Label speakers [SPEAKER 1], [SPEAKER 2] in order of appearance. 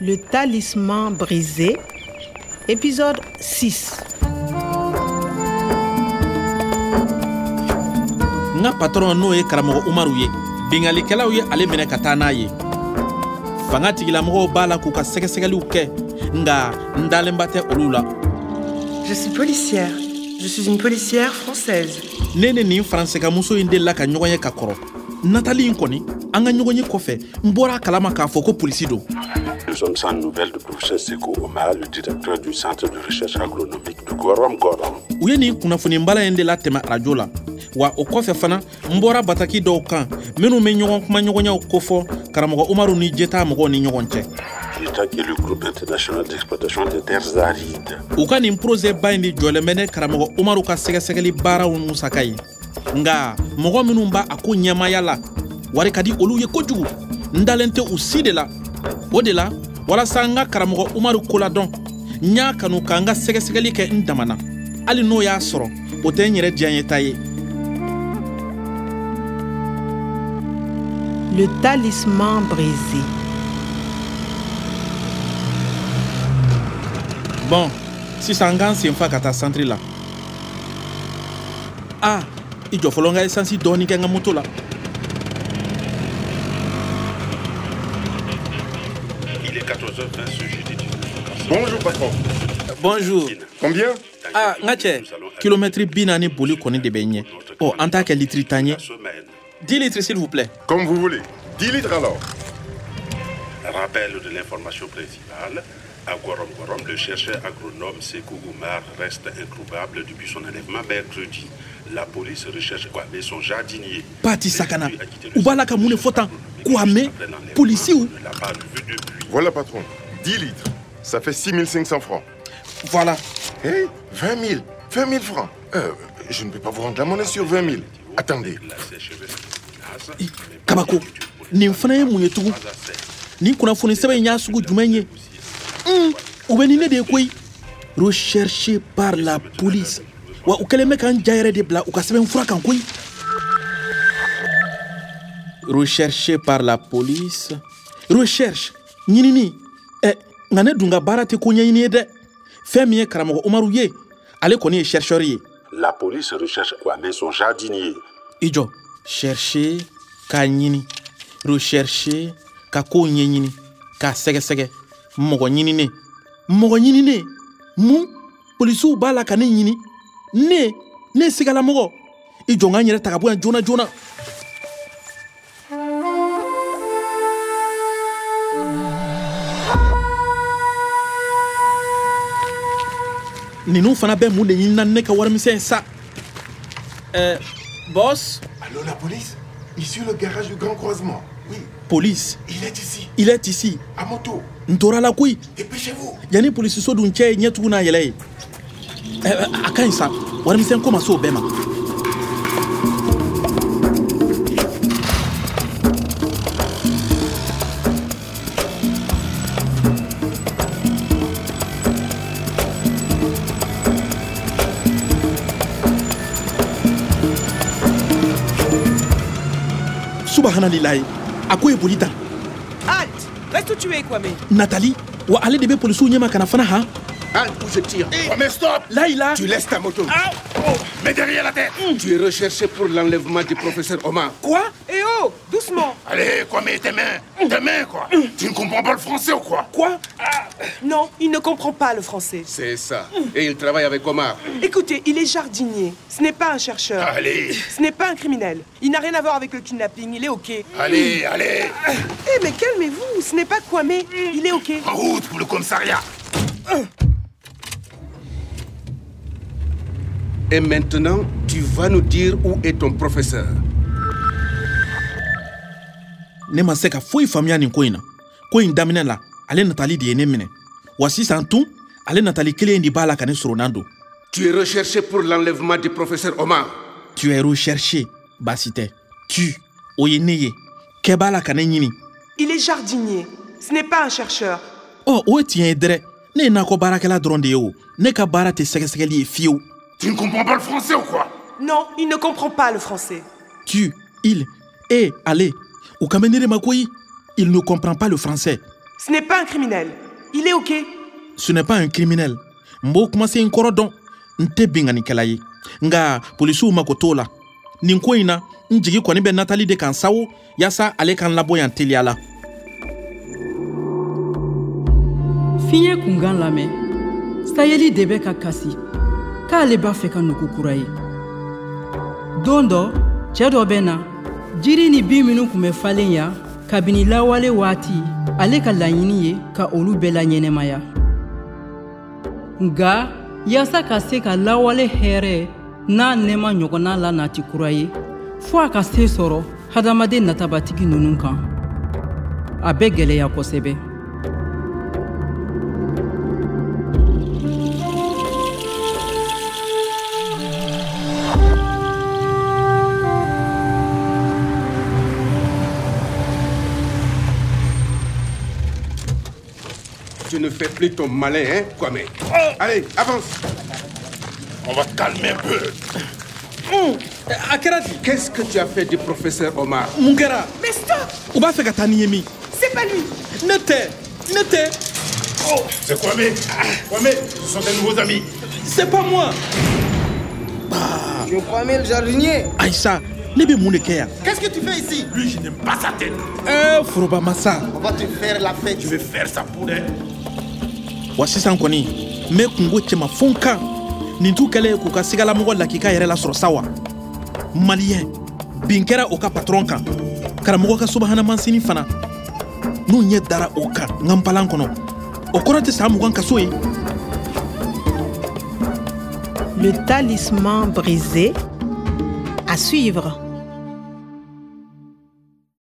[SPEAKER 1] Le talisman brisé, épisode 6.
[SPEAKER 2] n ka patɔrɔn n'o ye karamɔgɔ umaru ye bengalikɛlaw ye ale minɛ ka taa n'a ye fanga tigilamɔgɔw b'a la k'u ka sɛgɛsɛgɛliw kɛ nga n dalenba tɛ olu la
[SPEAKER 3] Je suis policière. Je suis une policière française.
[SPEAKER 2] ne ni nin faransɛkamuso in delila ka ɲɔgɔn ye ka kɔrɔ natali in kɔni an ka ɲɔgɔn ye kɔfɛ n bɔra a kalama k'a fɔ ko polisi don
[SPEAKER 4] Nous sommes sans nouvelles de professeur Seko Omar, le directeur du centre de recherche agronomique de Gorom Gorom.
[SPEAKER 2] u ye nin kunnafonibala in de latɛmɛ arajo la wa o kɔfɛ fana n bɔra bataki dɔw kan minw be ɲɔgɔn kuma ɲɔgɔnyaw kofɔ karamɔgɔ umaru ni jeta mɔgɔw ni ɲɔgɔn cɛ
[SPEAKER 4] L'État qui est le groupe international d'exploitation des terres arides.
[SPEAKER 2] u ka nin proze ba in de jɔlen bɛ ne karamɔgɔ umaru ka sɛgɛsɛgɛli baaraw musaka ye nga mɔgɔ minw b'a a ko ɲɛmaya la wari ka di olu ye kojugu n dalen tɛ u si de la o de la walasa n ka karamɔgɔ umaru koladɔn n y'a kanu ka n ka sɛgɛsɛgɛli kɛ n damana hali n'o y'a sɔrɔ o tɛ n yɛrɛ diya ye ta ye
[SPEAKER 1] Le talisman brisé.
[SPEAKER 2] bɔn sisan n k'an sen fa ka taa santiri la a i jɔ fɔlɔ n ka esansi dɔɔni kɛ n ka moto la
[SPEAKER 4] Il est 14h20 ce jeudi 19 mars.
[SPEAKER 5] Bonjour patron.
[SPEAKER 2] bonjour
[SPEAKER 5] Combien
[SPEAKER 2] Ah, n ka cɛ kilomɛtiri bi naani boli kɔni de Oh, bɛ n ɲɛ ɔ an t'a kɛ litiri tan ye
[SPEAKER 4] La semaine.
[SPEAKER 2] di litiri s'il vous plaît
[SPEAKER 5] Comme vous voulez. 10 litres alors.
[SPEAKER 4] Rappel de l'information principale. À Gorom Gorom, le chercheur agronome Sekou Oumar reste introuvable depuis son enlèvement mercredi. La police recherche Kwame, son jardinier.
[SPEAKER 2] pati sakana u b'a la ka mun de fɔ tan ko a mɛn
[SPEAKER 4] Après l'enlèvement,
[SPEAKER 2] polisiw
[SPEAKER 4] on ne l'a pas revu depuis.
[SPEAKER 5] Voilà patron. 10 litres. Ça fait 6500 francs.
[SPEAKER 2] voilà
[SPEAKER 5] Hé 20 000. 20 000 francs. Euh, je ne peux pas vous rendre la monnaie sur 20 000. Attendez.
[SPEAKER 4] La sécheresse menace.
[SPEAKER 2] I, kabako nin fana ye mun ye tugun nin kunnafoni sɛbɛn in y'a sugu jumɛn ye Un, u bɛ ni ne de ye koyi recherché par la police wa u kɛlen bɛ ka n ja yɛrɛ de bila u ka sɛbɛn fura kan koyi recherché par la police recherche ɲinini ɛ nka Eh, ne dun ka baara tɛ ko ɲɛɲini ye dɛ fɛn min ye karamɔgɔ umaru ye ale kɔni ye chercheur ye
[SPEAKER 4] La police recherche Kwame, son jardinier.
[SPEAKER 2] i jɔ chercher k'a ɲini rechercher ka kow ɲɛɲini k'a sɛgɛsɛgɛ mɔgɔ ɲinine mɔgɔ ɲinine mun polisiw b'a la ka ne ɲini ne ne sigalamɔgɔ i jɔ n ka n yɛrɛ ta ka bɔ yan joona joona ninnu fana bɛ mun de ɲinina ne ka warimisɛn ye sa ɛɛ bɔs
[SPEAKER 5] Allô la police Ici le garage du Grand Croisement. Oui,
[SPEAKER 2] polisi
[SPEAKER 5] il est ici.
[SPEAKER 2] il est ici
[SPEAKER 5] À moto.
[SPEAKER 2] n torala koyi
[SPEAKER 5] Dépêchez-vous.
[SPEAKER 2] yanni polisiso dun cɛ ye ɲɛtugu n'a Eh, yɛlɛ ye Ɛ, ɛ, a ka ɲi sa warimisɛn ko ma se o bɛɛ ma subahanalilayi a ko ye boli ta
[SPEAKER 6] Halte Reste où tu es, Kwame
[SPEAKER 2] natali wa ale de bɛ polisiw ɲɛma kana fana han
[SPEAKER 5] Hein,
[SPEAKER 7] Halte ou je tire.
[SPEAKER 5] Eh,
[SPEAKER 7] Oh, mais stop
[SPEAKER 2] layila
[SPEAKER 7] Tu laisses ta moto.
[SPEAKER 5] Ah, oh.
[SPEAKER 4] Mais derrière la tête
[SPEAKER 5] Mm.
[SPEAKER 7] Tu es recherché pour l'enlèvement du professeur Omar.
[SPEAKER 6] Quoi Eh oh Doucement
[SPEAKER 4] Allez, Kwame, tes mains
[SPEAKER 5] Mm.
[SPEAKER 4] Tes mains, quoi Tu ne comprends pas le français ou quoi
[SPEAKER 2] quoi
[SPEAKER 5] Ah.
[SPEAKER 6] Non, il ne comprend pas le français.
[SPEAKER 7] C'est ça. Et il travaille avec Omar.
[SPEAKER 6] Écoutez, il est jardinier. Ce n'est pas un chercheur.
[SPEAKER 4] Allez
[SPEAKER 6] Ce n'est pas un criminel. Il n'a rien à voir avec le kidnapping. Il est OK. Eh,
[SPEAKER 4] Allez, allez
[SPEAKER 6] mais calmez-vous Ce n'est pas Kwame. Il est OK.
[SPEAKER 4] En route pour le commissariat
[SPEAKER 7] Et maintenant, tu vas nous dire où est ton professeur.
[SPEAKER 2] ne ma se ka foyi faamuya nin ko in na ko in daminɛ la ale natali de ye ne minɛ wa sisan tun ale natali kelen in de b'a la ka ne soronan don
[SPEAKER 7] Tu es recherché pour l'enlèvement du professeur Omar.
[SPEAKER 2] tu es recherché baasi tɛ tu o ye ne ye kɛ b'a la ka ne ɲini
[SPEAKER 6] Il est jardinier. Ce n'est pas un chercheur.
[SPEAKER 2] ɔ Oh, o ye tiɲɛ ye dɛrɛ ne ye nakɔ baarakɛla dɔrɔn de ye o ne ka baara tɛ sɛgɛsɛgɛli ye fiyewu
[SPEAKER 4] Tu ne comprends pas le français ou quoi
[SPEAKER 6] Non, il ne comprend pas le français.
[SPEAKER 2] tu il e ale o ka mɛ ne de ma koyi il ne comprend pas le français
[SPEAKER 6] Ce n'est pas un criminel. Il est OK.
[SPEAKER 2] ce n'est pas un criminel n b'o kumase n kɔrɔ dɔn n tɛ binganikɛla ye nka polisiw mako t'o la nin ko in na n jigi kɔni bɛ natali de kan sawo yaasa ale kan labɔ yan teliya la
[SPEAKER 8] fiɲɛ kunkan lamɛn sayeli de bɛ ka kasi k'ale b'a fɛ ka nugu kura ye don dɔ cɛɛ dɔ bɛ na jiri ni bin minw kun bɛ falen yan kabini lawale waati ale ka laɲini ye ka olu bɛɛ laɲɛnɛmaya nga yaasa ka se ka lawale hɛɛrɛ n'a nɛɛma ɲɔgɔnna la nati kura ye fɔɔ a ka see sɔrɔ hadamaden natabatigi nunu kan a bɛ gwɛlɛya kosɛbɛ
[SPEAKER 7] Tu ne fais plus ton malin, hein, Kwame. Allez, avance.
[SPEAKER 5] On va calmer un peu.
[SPEAKER 2] a kɛra di
[SPEAKER 7] Qu'est-ce que tu as fait du professeur Omar
[SPEAKER 2] mun kɛra
[SPEAKER 6] Mais stop
[SPEAKER 2] u b'a fɛ ka taa ni ye min
[SPEAKER 6] C'est pas lui
[SPEAKER 2] ne tɛ ne tɛ
[SPEAKER 5] Oh, c'est Kwame. Kwame, ce sont tes nouveaux amis.
[SPEAKER 2] c'est pas moi
[SPEAKER 9] Je crois même le jardinier.
[SPEAKER 2] ayisa ne bɛ mun de kɛ yan
[SPEAKER 9] Qu'est-ce que tu fais ici
[SPEAKER 5] Lui, je n'aime pas sa tête.
[SPEAKER 2] ɛɛ foroba masa
[SPEAKER 9] On va te faire la fête.
[SPEAKER 5] Je vais faire sa poudre.
[SPEAKER 2] wa sisan kɔni n bɛ kungo cɛma fon kan nin t'u kɛlen ye k'u ka sigalamɔgɔ lakika yɛrɛ lasɔrɔ sa wa maliyɛn bin kɛra o ka patɔrɔn kan karamɔgɔ ka subahanamansini fana n'u ɲɛ dara o kan n ka npalan kɔnɔ o kɔrɔ tɛ saa mugan kaso ye
[SPEAKER 1] Le talisman brisé. À suivre.